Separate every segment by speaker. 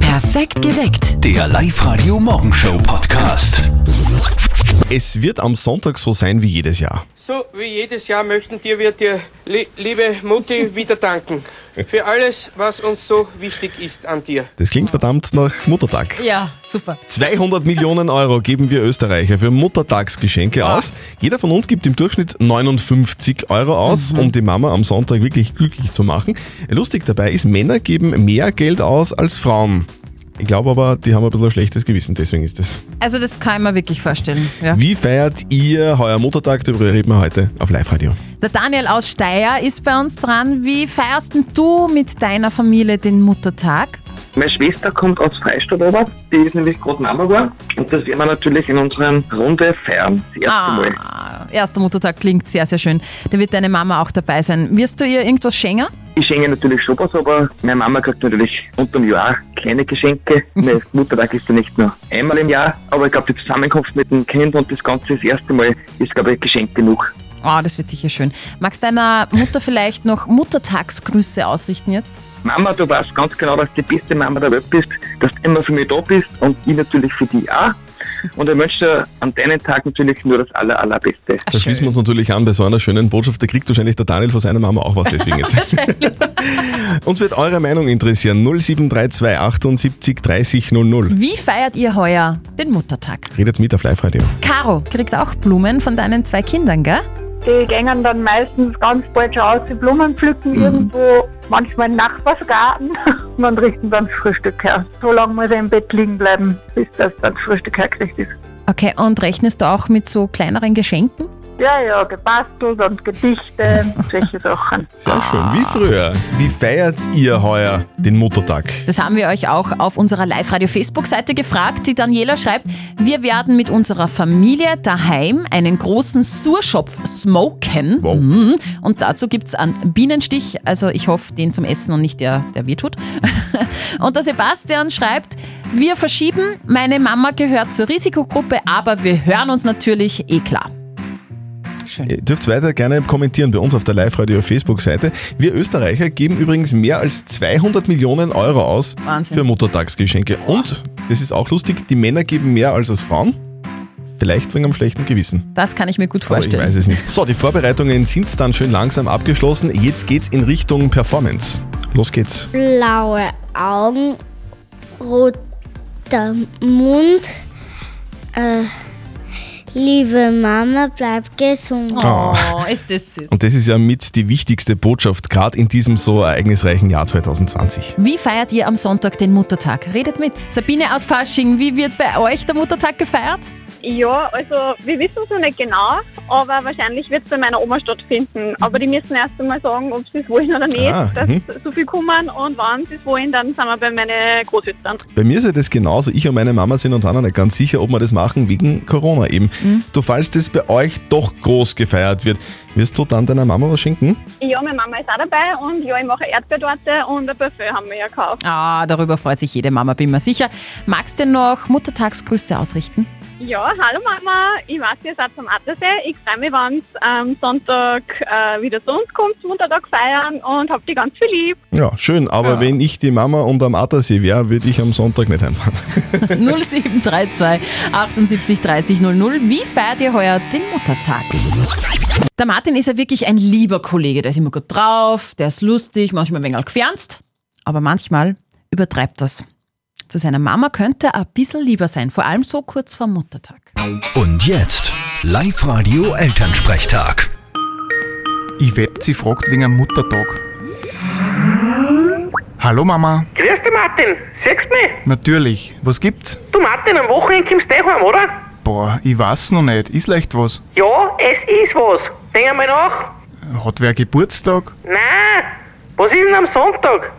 Speaker 1: Perfekt geweckt.
Speaker 2: Der Live-Radio Morgenshow Podcast.
Speaker 3: Es wird am Sonntag so sein wie jedes Jahr.
Speaker 4: So wie jedes Jahr möchten dir wir dir, li liebe Mutti, wieder danken. Für alles, was uns so wichtig ist an dir.
Speaker 3: Das klingt verdammt nach Muttertag.
Speaker 5: Ja, super.
Speaker 3: 200 Millionen Euro geben wir Österreicher für Muttertagsgeschenke aus. Jeder von uns gibt im Durchschnitt 59 Euro aus, um die Mama am Sonntag wirklich glücklich zu machen. Lustig dabei ist, Männer geben mehr Geld aus als Frauen. Ich glaube aber, die haben ein bisschen ein schlechtes Gewissen, deswegen ist das.
Speaker 5: Also das kann ich mir wirklich vorstellen. Ja.
Speaker 3: Wie feiert ihr heuer Muttertag? Darüber reden wir heute auf Live-Radio.
Speaker 5: Der Daniel aus Steyr ist bei uns dran. Wie feierst denn du mit deiner Familie den Muttertag?
Speaker 6: Meine Schwester kommt aus Freistadt aber, die ist nämlich gerade Mama geworden und das werden wir natürlich in unseren Runde feiern, das erste
Speaker 5: Ah.
Speaker 6: Mal.
Speaker 5: erster Muttertag klingt sehr, sehr schön. Da wird deine Mama auch dabei sein. Wirst du ihr irgendwas schenken?
Speaker 6: Ich schenke natürlich schon was, aber meine Mama kriegt natürlich unter dem Jahr kleine Geschenke. Mein Muttertag ist ja nicht nur einmal im Jahr, aber ich glaube, die Zusammenkunft mit dem Kind und das Ganze das erste Mal ist, glaube ich, Geschenk genug.
Speaker 5: Oh, das wird sicher schön. Magst deiner Mutter vielleicht noch Muttertagsgrüße ausrichten jetzt?
Speaker 6: Mama, du weißt ganz genau, dass du die beste Mama der Welt bist, dass du immer für mich da bist und ich natürlich für dich auch. Und ich wünsche dir an deinen Tag natürlich nur das Aller, Allerbeste.
Speaker 5: Ah,
Speaker 3: Da schließen wir uns natürlich an bei so einer schönen Botschaft. Da kriegt wahrscheinlich der Daniel von seiner Mama auch was deswegen jetzt.
Speaker 5: Wahrscheinlich.
Speaker 3: Uns wird eure Meinung interessieren. 0732 78 30 00.
Speaker 5: Wie feiert ihr heuer den Muttertag?
Speaker 3: Redet mit auf Live-Radio.
Speaker 5: Caro kriegt auch Blumen von deinen zwei Kindern, gell?
Speaker 7: Die gängen dann meistens ganz bald schon aus, die Blumen pflücken
Speaker 3: Mhm.
Speaker 7: irgendwo, manchmal im Nachbarsgarten und dann richten dann das Frühstück her. So lange muss er im Bett liegen bleiben, bis das dann das Frühstück hergekriegt ist.
Speaker 5: Okay, und rechnest du auch mit so kleineren Geschenken?
Speaker 7: Ja, ja, gebastelt und Gedichte, solche Sachen.
Speaker 5: Ah.
Speaker 3: Sehr schön. Wie früher. Wie feiert ihr heuer den Muttertag?
Speaker 5: Das haben wir euch auch auf unserer Live-Radio-Facebook-Seite gefragt. Die Daniela schreibt, wir werden mit unserer Familie daheim einen großen Surschopf smoken.
Speaker 3: Wow.
Speaker 5: Mhm. Und dazu gibt es einen Bienenstich. Also ich hoffe, den zum Essen und nicht der, der wehtut. und der Sebastian schreibt, wir verschieben, meine Mama gehört zur Risikogruppe, aber wir hören uns natürlich eh klar.
Speaker 3: Ihr dürft weiter gerne kommentieren bei uns auf der Live-Radio-Facebook-Seite. Wir Österreicher geben übrigens mehr als 200 Millionen Euro aus
Speaker 5: Wahnsinn.
Speaker 3: für Muttertagsgeschenke. Und, das ist auch lustig, die Männer geben mehr als als Frauen. Vielleicht wegen am schlechten Gewissen.
Speaker 5: Das kann ich mir gut
Speaker 3: Aber ich
Speaker 5: vorstellen.
Speaker 3: weiß es nicht. So, die Vorbereitungen sind dann schön langsam abgeschlossen. Jetzt geht's in Richtung Performance. Los geht's.
Speaker 8: blaue Augen, roter Mund. Äh, liebe Mama, bleib gesund.
Speaker 5: Oh, ist das süß.
Speaker 3: Ah. Und das ist ja mit die wichtigste Botschaft, gerade in diesem so ereignisreichen Jahr 2020.
Speaker 5: Wie feiert ihr am Sonntag den Muttertag? Redet mit. Sabine aus Pasching, wie wird bei euch der Muttertag gefeiert?
Speaker 9: Ja, also wir wissen es noch nicht genau, aber wahrscheinlich wird es bei meiner Oma stattfinden. Aber die müssen erst einmal sagen, ob sie es wollen oder nicht,
Speaker 3: Mhm. Ah,
Speaker 9: dass
Speaker 3: mhm.
Speaker 9: so viel kommen und wann sie es wollen, dann sind wir bei meinen Großeltern.
Speaker 3: Bei mir ist ja das genauso. Ich und meine Mama sind uns auch noch nicht ganz sicher, ob wir das machen wegen Corona eben. Du, falls das bei euch doch groß gefeiert wird, wirst du dann deiner Mama was schenken?
Speaker 9: Ja, meine Mama ist auch dabei und ja, ich mache eine Erdbeertorte und ein Buffet haben wir ja gekauft.
Speaker 5: Ah, darüber freut sich jede Mama, bin mir sicher. Magst du noch Muttertagsgrüße ausrichten?
Speaker 9: Ja, hallo Mama, ich weiß, ihr seid am Attersee. Ich freue mich, wenn ihr am Sonntag äh, wieder zu uns kommt, zum Muttertag feiern und habt ihr ganz viel lieb.
Speaker 3: Ja, schön. Aber wenn ich die Mama und am Attersee wäre, würde ich am Sonntag nicht heimfahren.
Speaker 5: 0732 78 30 00. Wie feiert ihr heuer den Muttertag? Der Martin ist ja wirklich ein lieber Kollege. Der ist immer gut drauf, der ist lustig, manchmal ein wenig gefernst, aber manchmal übertreibt das. Zu seiner Mama könnte er ein bisschen lieber sein, vor allem so kurz vor Muttertag.
Speaker 2: Und jetzt Live-Radio Elternsprechtag.
Speaker 10: Yvette, sie fragt wegen einem Muttertag. Hallo Mama,
Speaker 4: Grüß dich, Martin. Siehst du mich?
Speaker 10: natürlich, was gibt's?
Speaker 4: Du, Martin, am Wochenende kommst du eh heim, oder?
Speaker 10: Boah, ich weiß noch nicht, ist leicht was.
Speaker 4: Ja, es ist was. Denk einmal nach.
Speaker 10: Hat wer Geburtstag?
Speaker 4: Nein, was ist denn am Sonntag?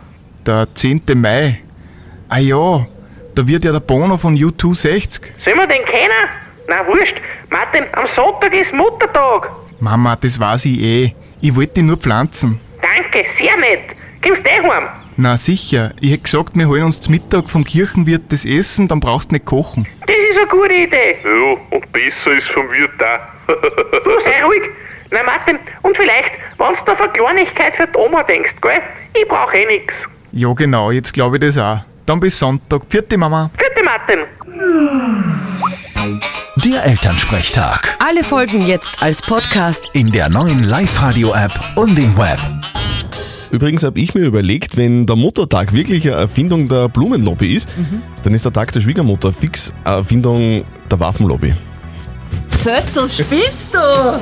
Speaker 10: Der 10. Mai. Ah ja, da wird ja der Bono von U2 60.
Speaker 4: Sollen wir den kennen? Na wurscht. Martin, am Sonntag ist Muttertag.
Speaker 10: Mama, das weiß ich eh. Ich wollte die nur pflanzen.
Speaker 4: Danke, sehr nett. Kommst eh heim?
Speaker 10: Na sicher, ich hätte gesagt, wir holen uns zum Mittag vom Kirchenwirt das Essen, dann brauchst du nicht kochen.
Speaker 4: Das ist eine gute Idee.
Speaker 11: Ja, und besser ist vom Wirt auch.
Speaker 4: Du sei ruhig. Na Martin, und vielleicht, wenn du auf eine Kleinigkeit für die Oma denkst, gell? Ich brauch eh nix.
Speaker 10: Ja genau, jetzt glaube ich das auch.
Speaker 12: Dann bis Sonntag. Vierte Mama.
Speaker 9: Vierte Martin.
Speaker 2: Der Elternsprechtag.
Speaker 1: Alle Folgen jetzt als Podcast.
Speaker 2: In der neuen Live-Radio-App und im Web.
Speaker 3: Übrigens habe ich mir überlegt, wenn der Muttertag wirklich eine Erfindung der Blumenlobby ist, dann ist der Tag der Schwiegermutter fix eine Erfindung der Waffenlobby.
Speaker 5: Zettel, spielst du?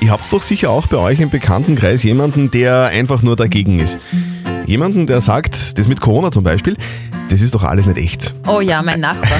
Speaker 3: Ihr habt doch sicher auch bei euch im Bekanntenkreis jemanden, der einfach nur dagegen ist. Jemanden, der sagt, das mit Corona zum Beispiel, das ist doch alles nicht echt.
Speaker 5: Oh ja, mein Nachbar.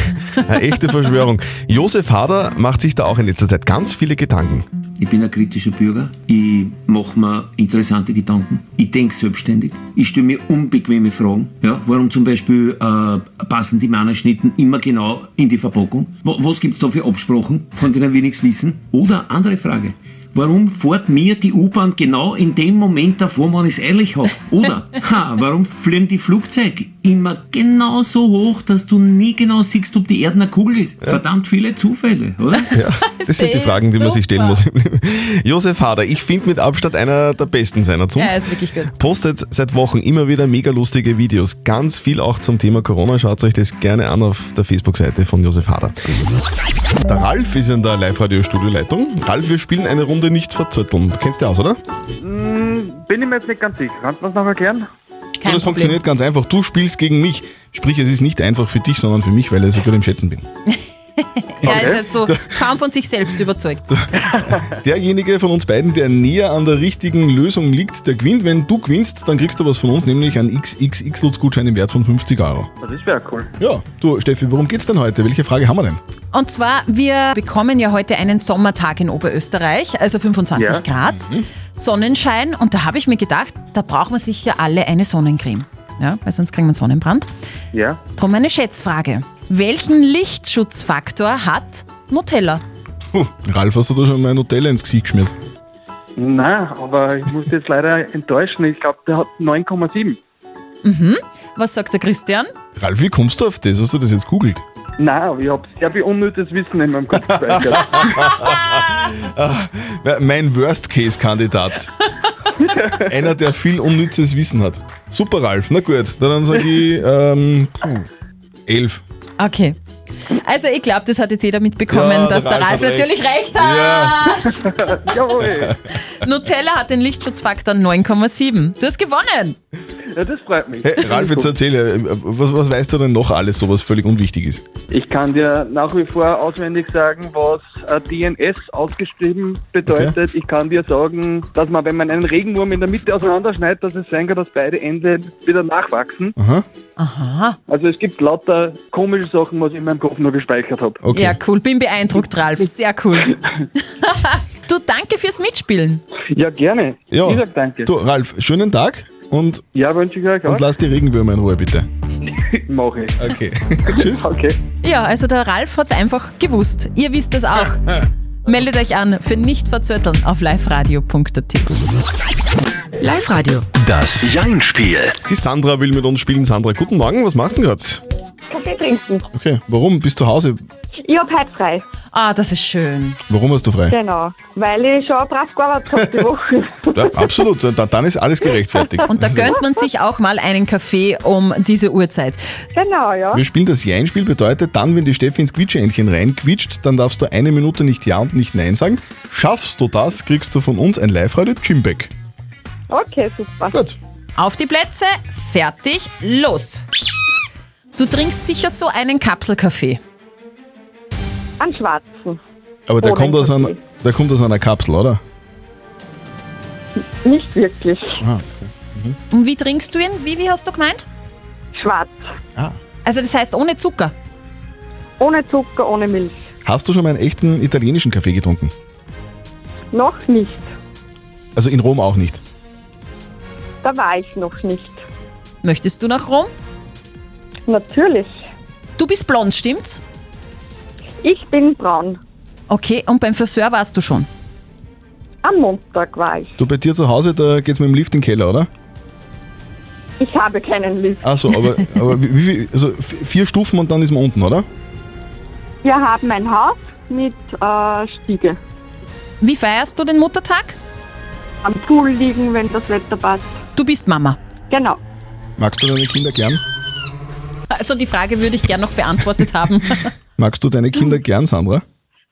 Speaker 3: Eine echte Verschwörung. Josef Hader macht sich da auch in letzter Zeit ganz viele Gedanken.
Speaker 10: Ich bin ein kritischer Bürger. Ich mache mir interessante Gedanken. Ich denke selbstständig. Ich stelle mir unbequeme Fragen. Ja, warum zum Beispiel äh, passen die Mannerschnitten immer genau in die Verpackung? Wa- was gibt es da für Absprachen, von denen wir nichts wissen? Oder andere Frage. Warum fährt mir die U-Bahn genau in dem Moment davor, wann ich es ehrlich habe? Oder, ha, warum fliegen die Flugzeuge immer genau so hoch, dass du nie genau siehst, ob die Erde eine Kugel ist? Verdammt viele Zufälle, oder?
Speaker 3: Ja, das sind die Fragen, die man sich stellen muss. Josef Hader, ich finde mit Abstand einer der besten seiner
Speaker 5: Ja,
Speaker 3: Zunft.
Speaker 5: er ist wirklich gut.
Speaker 3: Postet seit Wochen immer wieder mega lustige Videos. Ganz viel auch zum Thema Corona. Schaut euch das gerne an auf der Facebook-Seite von Josef Hader. Der Ralf ist in der Live-Radio-Studio-Leitung. Ralf, wir spielen eine Runde nicht verzötteln. Du kennst du aus, oder?
Speaker 6: Bin ich mir jetzt nicht ganz sicher. Kannst du das noch erklären?
Speaker 3: Kein das funktioniert ganz einfach. Du spielst gegen mich. Sprich, es ist nicht einfach für dich, sondern für mich, weil ich so gut im Schätzen bin.
Speaker 5: Er ist jetzt so kaum von sich selbst überzeugt.
Speaker 3: Derjenige von uns beiden, der näher an der richtigen Lösung liegt, der gewinnt. Wenn du gewinnst, dann kriegst du was von uns, nämlich einen XXX-Lutz-Gutschein im Wert von 50 Euro.
Speaker 6: Also, Das ist ja cool.
Speaker 3: Ja, du Steffi, worum geht's denn heute? Welche Frage haben wir denn?
Speaker 5: Und zwar, wir bekommen ja heute einen Sommertag in Oberösterreich, also 25
Speaker 3: Ja. Mhm.
Speaker 5: Grad, Sonnenschein. Und da habe ich mir gedacht, da brauchen wir sicher alle eine Sonnencreme. Ja, weil sonst kriegen wir einen Sonnenbrand.
Speaker 6: Ja.
Speaker 5: Drum eine Schätzfrage. Welchen Lichtschutzfaktor hat Nutella?
Speaker 3: Puh, Ralf, hast du da schon mal Nutella ins Gesicht geschmiert?
Speaker 6: Nein, aber ich muss dich jetzt leider enttäuschen. Ich glaube, der hat 9,7.
Speaker 5: Mhm. Was sagt der Christian?
Speaker 3: Ralf, wie kommst du auf das? Hast du das jetzt googelt?
Speaker 6: Nein, aber ich habe sehr viel unnützes Wissen in meinem Kopf gespeichert.
Speaker 3: Ah, mein Worst-Case-Kandidat. Einer, der viel unnützes Wissen hat. Super, Ralf. Na gut, dann sage ich ähm, puh, elf.
Speaker 5: Okay. Also ich glaube, das hat jetzt jeder mitbekommen,
Speaker 3: Ja, der
Speaker 5: dass der Ralf,
Speaker 3: Ralf hat
Speaker 5: natürlich
Speaker 3: recht.
Speaker 5: recht hat.
Speaker 6: Jawohl.
Speaker 5: Nutella hat den Lichtschutzfaktor 9,7. Du hast gewonnen.
Speaker 6: Ja, das freut mich.
Speaker 3: Hey, Ralf, jetzt erzähl, äh, was, was weißt du denn noch alles, so was völlig unwichtig ist?
Speaker 6: Ich kann dir nach wie vor auswendig sagen, was äh, DNS ausgeschrieben bedeutet. Ich kann dir sagen, dass man, wenn man einen Regenwurm in der Mitte auseinanderschneidet, dass es sein kann, dass beide Enden wieder nachwachsen.
Speaker 3: Aha.
Speaker 5: Aha.
Speaker 6: Also es gibt lauter komische Sachen, was ich in meinem Kopf nur gespeichert habe.
Speaker 5: Ja, cool. Bin beeindruckt, Ralf. Sehr cool. du, danke fürs Mitspielen.
Speaker 6: Ja, gerne.
Speaker 3: Ja.
Speaker 6: Ich sag danke.
Speaker 3: Du, Ralf, schönen Tag und,
Speaker 6: ja, wünsche ich euch auch.
Speaker 3: und lass die Regenwürmer in Ruhe, bitte.
Speaker 6: Mach ich.
Speaker 3: Okay. Tschüss.
Speaker 6: Okay.
Speaker 5: Ja, also der Ralf hat's einfach gewusst. Ihr wisst es auch. Meldet euch an für nicht verzötteln auf liveradio.at.
Speaker 1: Live Radio.
Speaker 3: Das Jein-Spiel. Die Sandra will mit uns spielen. Sandra, guten Morgen, was machst du denn gerade?
Speaker 9: Kaffee trinken.
Speaker 3: Okay, warum bist du zu Hause?
Speaker 9: Ich hab heute frei.
Speaker 5: Ah, das ist schön.
Speaker 3: Warum hast du frei?
Speaker 9: Genau. Weil ich schon brav gearbeitet habe die Woche.
Speaker 3: Ja, absolut, da, dann ist alles gerechtfertigt.
Speaker 5: Und da
Speaker 3: Also,
Speaker 5: gönnt man sich auch mal einen Kaffee um diese Uhrzeit.
Speaker 9: Genau, ja.
Speaker 3: Wir spielen das Jein-Spiel, bedeutet dann, wenn die Steffi ins Quietscheentchen reinquietscht, dann darfst du eine Minute nicht Ja und nicht Nein sagen. Schaffst du das, kriegst du von uns ein Live-Radio-Gymback.
Speaker 9: Okay, super.
Speaker 3: Gut.
Speaker 5: Auf die Plätze, fertig, los. Du trinkst sicher so einen Kapselkaffee.
Speaker 9: An Schwarzen.
Speaker 3: Aber der
Speaker 9: Oh,
Speaker 3: kommt,
Speaker 9: mein
Speaker 3: aus einer, der kommt aus einer Kapsel, oder?
Speaker 9: Nicht wirklich.
Speaker 3: Ah,
Speaker 5: Und wie trinkst du ihn? Wie, wie hast du gemeint?
Speaker 9: Schwarz.
Speaker 3: Ah.
Speaker 5: Also das heißt ohne Zucker.
Speaker 9: Ohne Zucker, ohne Milch.
Speaker 3: Hast du schon mal einen echten italienischen Kaffee getrunken?
Speaker 9: Noch nicht.
Speaker 3: Also in Rom auch nicht.
Speaker 9: Da war ich noch nicht.
Speaker 5: Möchtest du nach Rom?
Speaker 9: Natürlich.
Speaker 5: Du bist blond, stimmt's?
Speaker 9: Ich bin braun.
Speaker 5: Okay, und beim Friseur warst du schon.
Speaker 9: Am Montag war ich.
Speaker 3: Du bei dir zu Hause, da geht's mit dem Lift in den Keller, oder?
Speaker 9: Ich habe keinen Lift.
Speaker 3: Ach so, aber, aber wie, wie viel, also v- vier Stufen und dann ist man unten, oder?
Speaker 9: Wir haben ein Haus mit äh, Stiege.
Speaker 5: Wie feierst du den Muttertag?
Speaker 9: Am Pool liegen, wenn das Wetter passt.
Speaker 5: Du bist Mama.
Speaker 7: Genau.
Speaker 3: Magst du deine Kinder gern?
Speaker 5: Also die Frage würde ich gern noch beantwortet haben.
Speaker 3: Magst du deine
Speaker 5: Hm.
Speaker 3: Kinder gern, Sandra?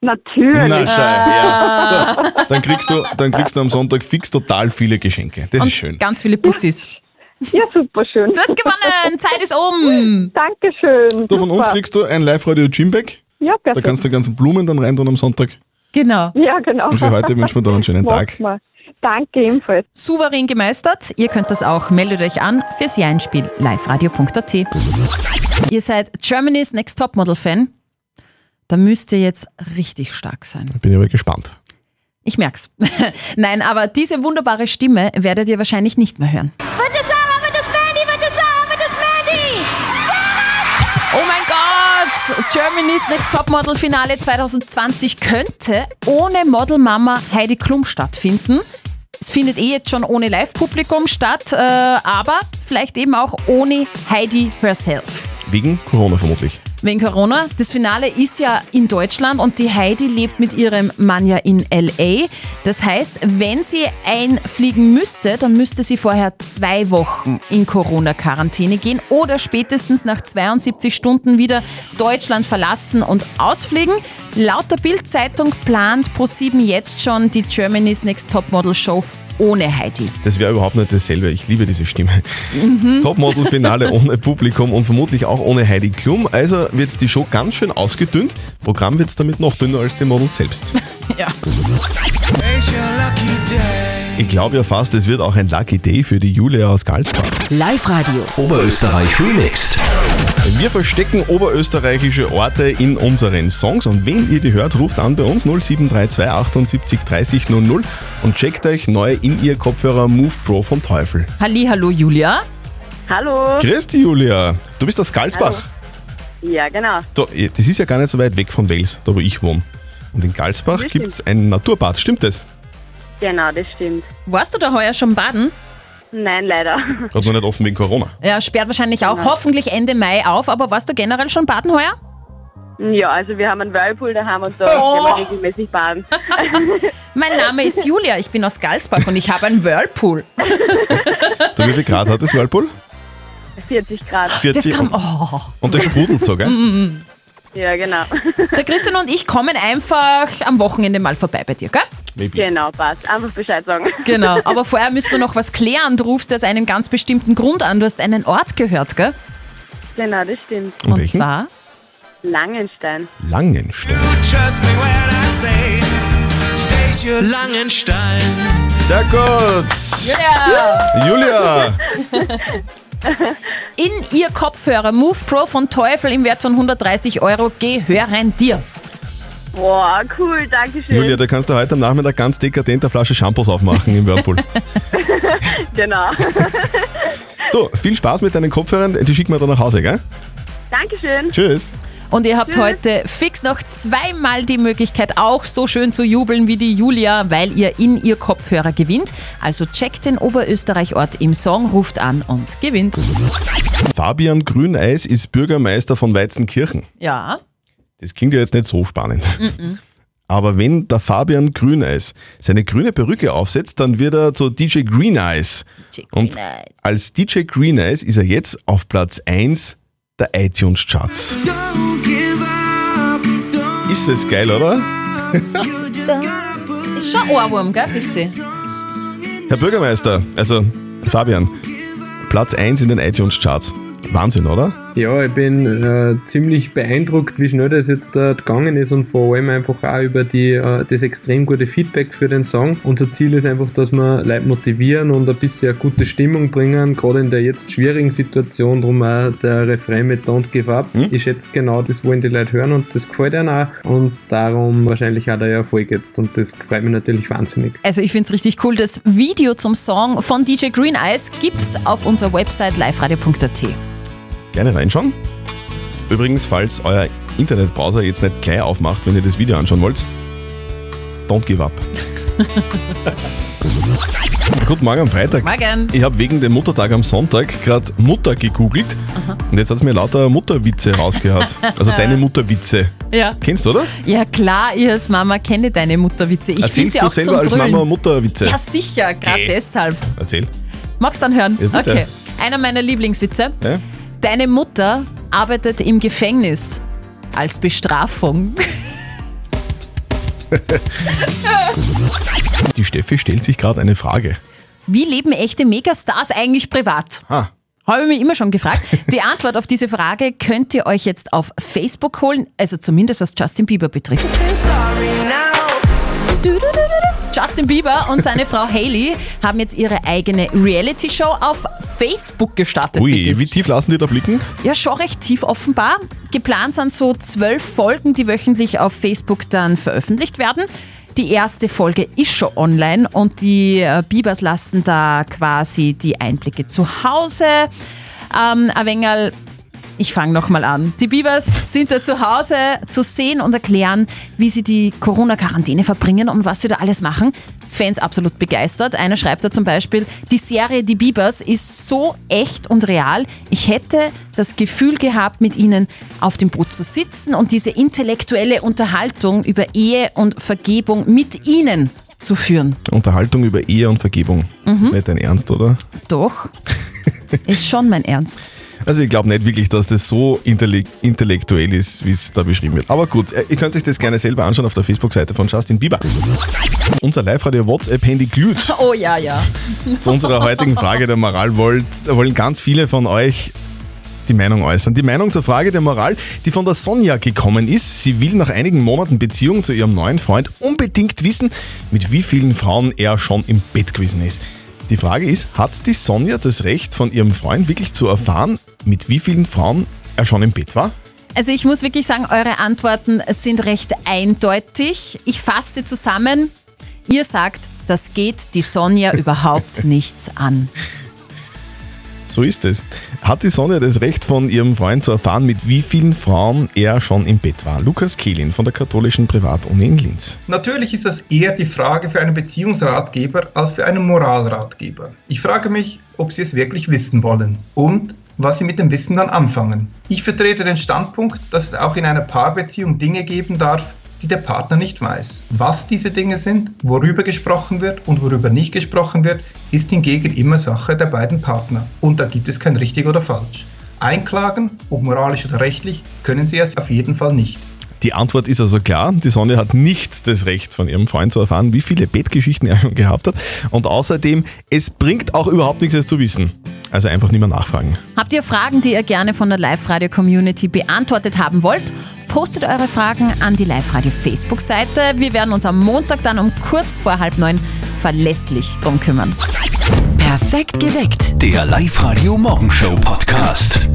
Speaker 7: Natürlich.
Speaker 3: Na, schei, ja. So, Dann kriegst, du, dann kriegst du am Sonntag fix total viele Geschenke. Das
Speaker 5: Und
Speaker 3: ist schön.
Speaker 5: ganz viele Bussis.
Speaker 7: Ja, super schön.
Speaker 5: Du hast gewonnen. Zeit ist um.
Speaker 7: Dankeschön.
Speaker 3: Du, von uns kriegst du ein Live-Radio-Gymbag.
Speaker 7: Ja, perfekt.
Speaker 3: Da kannst du die ganzen Blumen dann rein tun am Sonntag.
Speaker 5: Genau.
Speaker 7: Ja, genau.
Speaker 3: Und für heute wünschen wir dann einen schönen Tag.
Speaker 7: Danke ebenfalls.
Speaker 5: Souverän gemeistert. Ihr könnt das auch. Meldet euch an fürs Jeinspiel liveradio.at. Ihr seid Germany's Next Topmodel Fan. Da müsst ihr jetzt richtig stark sein.
Speaker 3: Bin aber gespannt.
Speaker 5: Ich merk's. Nein, aber diese wunderbare Stimme werdet ihr wahrscheinlich nicht mehr hören.
Speaker 13: Wird es Sarah, wird es Mandy, wird es Sarah, wird es Mandy!
Speaker 5: Oh mein Gott! Germany's Next Topmodel Finale 2020 könnte ohne Modelmama Heidi Klum stattfinden. Es findet eh jetzt schon ohne Live-Publikum statt, äh, aber vielleicht eben auch ohne Heidi herself.
Speaker 3: Wegen Corona vermutlich.
Speaker 5: Wegen Corona. Das Finale ist ja in Deutschland und die Heidi lebt mit ihrem Mann ja in LA. Das heißt, wenn sie einfliegen müsste, dann müsste sie vorher zwei Wochen in Corona-Quarantäne gehen oder spätestens nach 72 Stunden wieder Deutschland verlassen und ausfliegen. Laut der Bild-Zeitung plant ProSieben jetzt schon die Germany's Next Topmodel Show ohne Heidi.
Speaker 3: Das wäre überhaupt nicht dasselbe. Ich liebe diese Stimme. Topmodel-Finale ohne Publikum und vermutlich auch ohne Heidi Klum. Also wird die Show ganz schön ausgedünnt. Programm wird damit noch dünner als die Models selbst.
Speaker 5: Ja.
Speaker 3: Ich glaube ja fast, es wird auch ein Lucky Day für die Julia aus Karlsbad.
Speaker 1: Live-Radio.
Speaker 2: Oberösterreich remixed.
Speaker 3: Wir verstecken oberösterreichische Orte in unseren Songs und wenn ihr die hört, ruft an bei uns 0732 78 30 00 und checkt euch neue in ihr Kopfhörer Move Pro vom Teufel.
Speaker 5: Halli, hallo Julia.
Speaker 14: Hallo.
Speaker 3: Grüß dich, Julia. Du bist aus Galsbach.
Speaker 14: Ja, genau.
Speaker 3: Da, eh, das ist ja gar nicht so weit weg von Wels, da wo ich wohne. Und in Galsbach
Speaker 14: Ja,
Speaker 3: gibt es ein Naturbad, stimmt das?
Speaker 14: Genau, das stimmt.
Speaker 5: Warst du da heuer schon baden?
Speaker 14: Nein, leider.
Speaker 3: Hat noch nicht offen wegen Corona.
Speaker 5: Ja, sperrt wahrscheinlich auch
Speaker 14: Nein.
Speaker 5: hoffentlich Ende Mai auf, aber warst du generell schon baden heuer?
Speaker 14: Ja, also wir haben einen Whirlpool daheim und da
Speaker 5: Oh.
Speaker 14: gehen wir regelmäßig baden.
Speaker 5: Mein Name ist Julia, ich bin aus Galsbach und ich habe einen Whirlpool.
Speaker 3: Da wie viel Grad hat das Whirlpool?
Speaker 14: 40 Grad.
Speaker 3: 40
Speaker 5: Das kam,
Speaker 3: und,
Speaker 5: oh.
Speaker 3: und das sprudelt so, gell?
Speaker 5: Mm.
Speaker 14: Ja, genau.
Speaker 5: Der Christian und ich kommen einfach am Wochenende mal vorbei bei dir, gell?
Speaker 14: Genau, passt. Einfach Bescheid sagen.
Speaker 5: Genau, aber vorher müssen wir noch was klären. Du rufst aus einem ganz bestimmten Grund an. Du hast einen Ort gehört, gell?
Speaker 14: Genau, das stimmt.
Speaker 5: Und welchen? zwar?
Speaker 14: Langenstein.
Speaker 3: Langenstein.
Speaker 15: Langenstein.
Speaker 3: Sehr gut.
Speaker 5: Julia!
Speaker 3: Julia!
Speaker 5: In ihr Kopfhörer Move Pro von Teufel im Wert von 130 Euro gehören dir.
Speaker 14: Boah, cool, danke schön.
Speaker 3: Julia, da kannst du heute am Nachmittag ganz dekadent eine Flasche Shampoos aufmachen im Whirlpool.
Speaker 14: Genau.
Speaker 3: Du, viel Spaß mit deinen Kopfhörern, die schicken wir dann nach Hause, gell?
Speaker 14: Dankeschön.
Speaker 3: Tschüss.
Speaker 5: Und ihr habt heute fix noch zweimal die Möglichkeit, auch so schön zu jubeln wie die Julia, weil ihr in ihr Kopfhörer gewinnt. Also checkt den Oberösterreichort im Song, ruft an und gewinnt.
Speaker 3: Fabian Grüneis ist Bürgermeister von Weizenkirchen.
Speaker 5: Ja.
Speaker 3: Das klingt ja jetzt nicht so spannend.
Speaker 5: Mhm.
Speaker 3: Aber wenn der Fabian Grüneis seine grüne Perücke aufsetzt, dann wird er zu DJ Greeneis. Und als DJ Greeneis ist er jetzt auf Platz 1 der iTunes-Charts. Ist das geil, oder?
Speaker 5: Ist schon Ohrwurm, gell? Bisschen.
Speaker 3: Herr Bürgermeister, also Fabian, Platz 1 in den iTunes-Charts. Wahnsinn, oder?
Speaker 16: Ja, ich bin äh, ziemlich beeindruckt, wie schnell das jetzt da gegangen ist und vor allem einfach auch über die, äh, das extrem gute Feedback für den Song. Unser Ziel ist einfach, dass wir Leute motivieren und ein bisschen eine gute Stimmung bringen, gerade in der jetzt schwierigen Situation, drum auch der Refrain mit Don't Give Up. Ich schätze genau, das wollen die Leute hören und das gefällt ihnen auch und darum wahrscheinlich auch der Erfolg jetzt und das freut mich natürlich wahnsinnig.
Speaker 5: Also ich finde es richtig cool. Das Video zum Song von DJ Green Eyes gibt's auf unserer Website liveradio.at.
Speaker 3: Gerne reinschauen. Übrigens, falls euer Internetbrowser jetzt nicht gleich aufmacht, wenn ihr das Video anschauen wollt, don't give up. Guten Morgen am Freitag.
Speaker 5: Morgen.
Speaker 3: Ich habe wegen dem Muttertag am Sonntag gerade Mutter gegoogelt und jetzt hat es mir lauter Mutterwitze rausgehört. Also deine Mutterwitze.
Speaker 5: Ja.
Speaker 3: Kennst du, oder?
Speaker 5: Ja klar, ihr als Mama kenne deine Mutterwitze. Ich finde
Speaker 3: Erzählst
Speaker 5: sie
Speaker 3: Ah, du
Speaker 5: auch
Speaker 3: selber
Speaker 5: zum
Speaker 3: als
Speaker 5: Brüllen.
Speaker 3: Mama Mutterwitze?
Speaker 5: Ja sicher, gerade deshalb.
Speaker 3: Erzähl.
Speaker 5: Magst dann hören?
Speaker 3: Ja, bitte.
Speaker 5: okay. Einer meiner Lieblingswitze.
Speaker 3: Ja?
Speaker 5: Deine Mutter arbeitet im Gefängnis als Bestrafung.
Speaker 3: Die Steffi stellt sich gerade eine Frage.
Speaker 5: Wie leben echte Megastars eigentlich privat?
Speaker 3: Ah.
Speaker 5: Habe ich mich immer schon gefragt. Die Antwort auf diese Frage könnt ihr euch jetzt auf Facebook holen, also zumindest was Justin Bieber betrifft. Du, du, du, du, du. Justin Bieber und seine Frau Haley haben jetzt ihre eigene Reality-Show auf Facebook gestartet. bitte.
Speaker 3: Ui, wie tief lassen die da blicken?
Speaker 5: Ja, schon recht tief offenbar. Geplant sind so zwölf Folgen, die wöchentlich auf Facebook dann veröffentlicht werden. Die erste Folge ist schon online und die äh, Biebers lassen da quasi die Einblicke zu Hause. Ähm, ein wenig, ich fange nochmal an. Die Biebers sind da zu Hause zu sehen und erklären, wie sie die Corona-Quarantäne verbringen und was sie da alles machen. Fans absolut begeistert. Einer schreibt da zum Beispiel, die Serie Die Biebers ist so echt und real. Ich hätte das Gefühl gehabt, mit ihnen auf dem Boot zu sitzen und diese intellektuelle Unterhaltung über Ehe und Vergebung mit ihnen zu führen.
Speaker 3: Unterhaltung über Ehe und Vergebung.
Speaker 5: Mhm.
Speaker 3: Ist nicht dein Ernst, oder?
Speaker 5: Doch, ist schon mein Ernst.
Speaker 3: Also ich glaube nicht wirklich, dass das so intellek- intellektuell ist, wie es da beschrieben wird. Aber gut, äh, ihr könnt euch das gerne selber anschauen auf der Facebook-Seite von Justin Bieber. Unser Live-Radio-WhatsApp-Handy glüht.
Speaker 5: Oh ja, ja.
Speaker 3: Zu unserer heutigen Frage der Moral wollt, wollen ganz viele von euch die Meinung äußern. Die Meinung zur Frage der Moral, die von der Sonja gekommen ist. Sie will nach einigen Monaten Beziehung zu ihrem neuen Freund unbedingt wissen, mit wie vielen Frauen er schon im Bett gewesen ist. Die Frage ist, hat die Sonja das Recht von ihrem Freund wirklich zu erfahren, mit wie vielen Frauen er schon im Bett war?
Speaker 5: Also ich muss wirklich sagen, eure Antworten sind recht eindeutig. Ich fasse zusammen. Ihr sagt, das geht die Sonja überhaupt nichts an.
Speaker 3: So ist es. Hat die Sonja das Recht von ihrem Freund zu erfahren, mit wie vielen Frauen er schon im Bett war? Lukas Kehlin von der katholischen Privatuni in Linz.
Speaker 15: Natürlich ist das eher die Frage für einen Beziehungsratgeber als für einen Moralratgeber. Ich frage mich, ob Sie es wirklich wissen wollen und was Sie mit dem Wissen dann anfangen. Ich vertrete den Standpunkt, dass es auch in einer Paarbeziehung Dinge geben darf, die der Partner nicht weiß. Was diese Dinge sind, worüber gesprochen wird und worüber nicht gesprochen wird, ist hingegen immer Sache der beiden Partner. Und da gibt es kein richtig oder falsch. Einklagen, ob moralisch oder rechtlich, können Sie es auf jeden Fall nicht.
Speaker 3: Die Antwort ist also klar. Die Sonja hat nicht das Recht, von ihrem Freund zu erfahren, wie viele Bettgeschichten er schon gehabt hat. Und außerdem, es bringt auch überhaupt nichts, es zu wissen. Also einfach nicht mehr nachfragen.
Speaker 5: Habt ihr Fragen, die ihr gerne von der Live-Radio-Community beantwortet haben wollt? Postet eure Fragen an die Live-Radio-Facebook-Seite. Wir werden uns am Montag dann um kurz vor halb neun verlässlich drum kümmern.
Speaker 1: Perfekt geweckt.
Speaker 2: Der Live-Radio Morgenshow Podcast.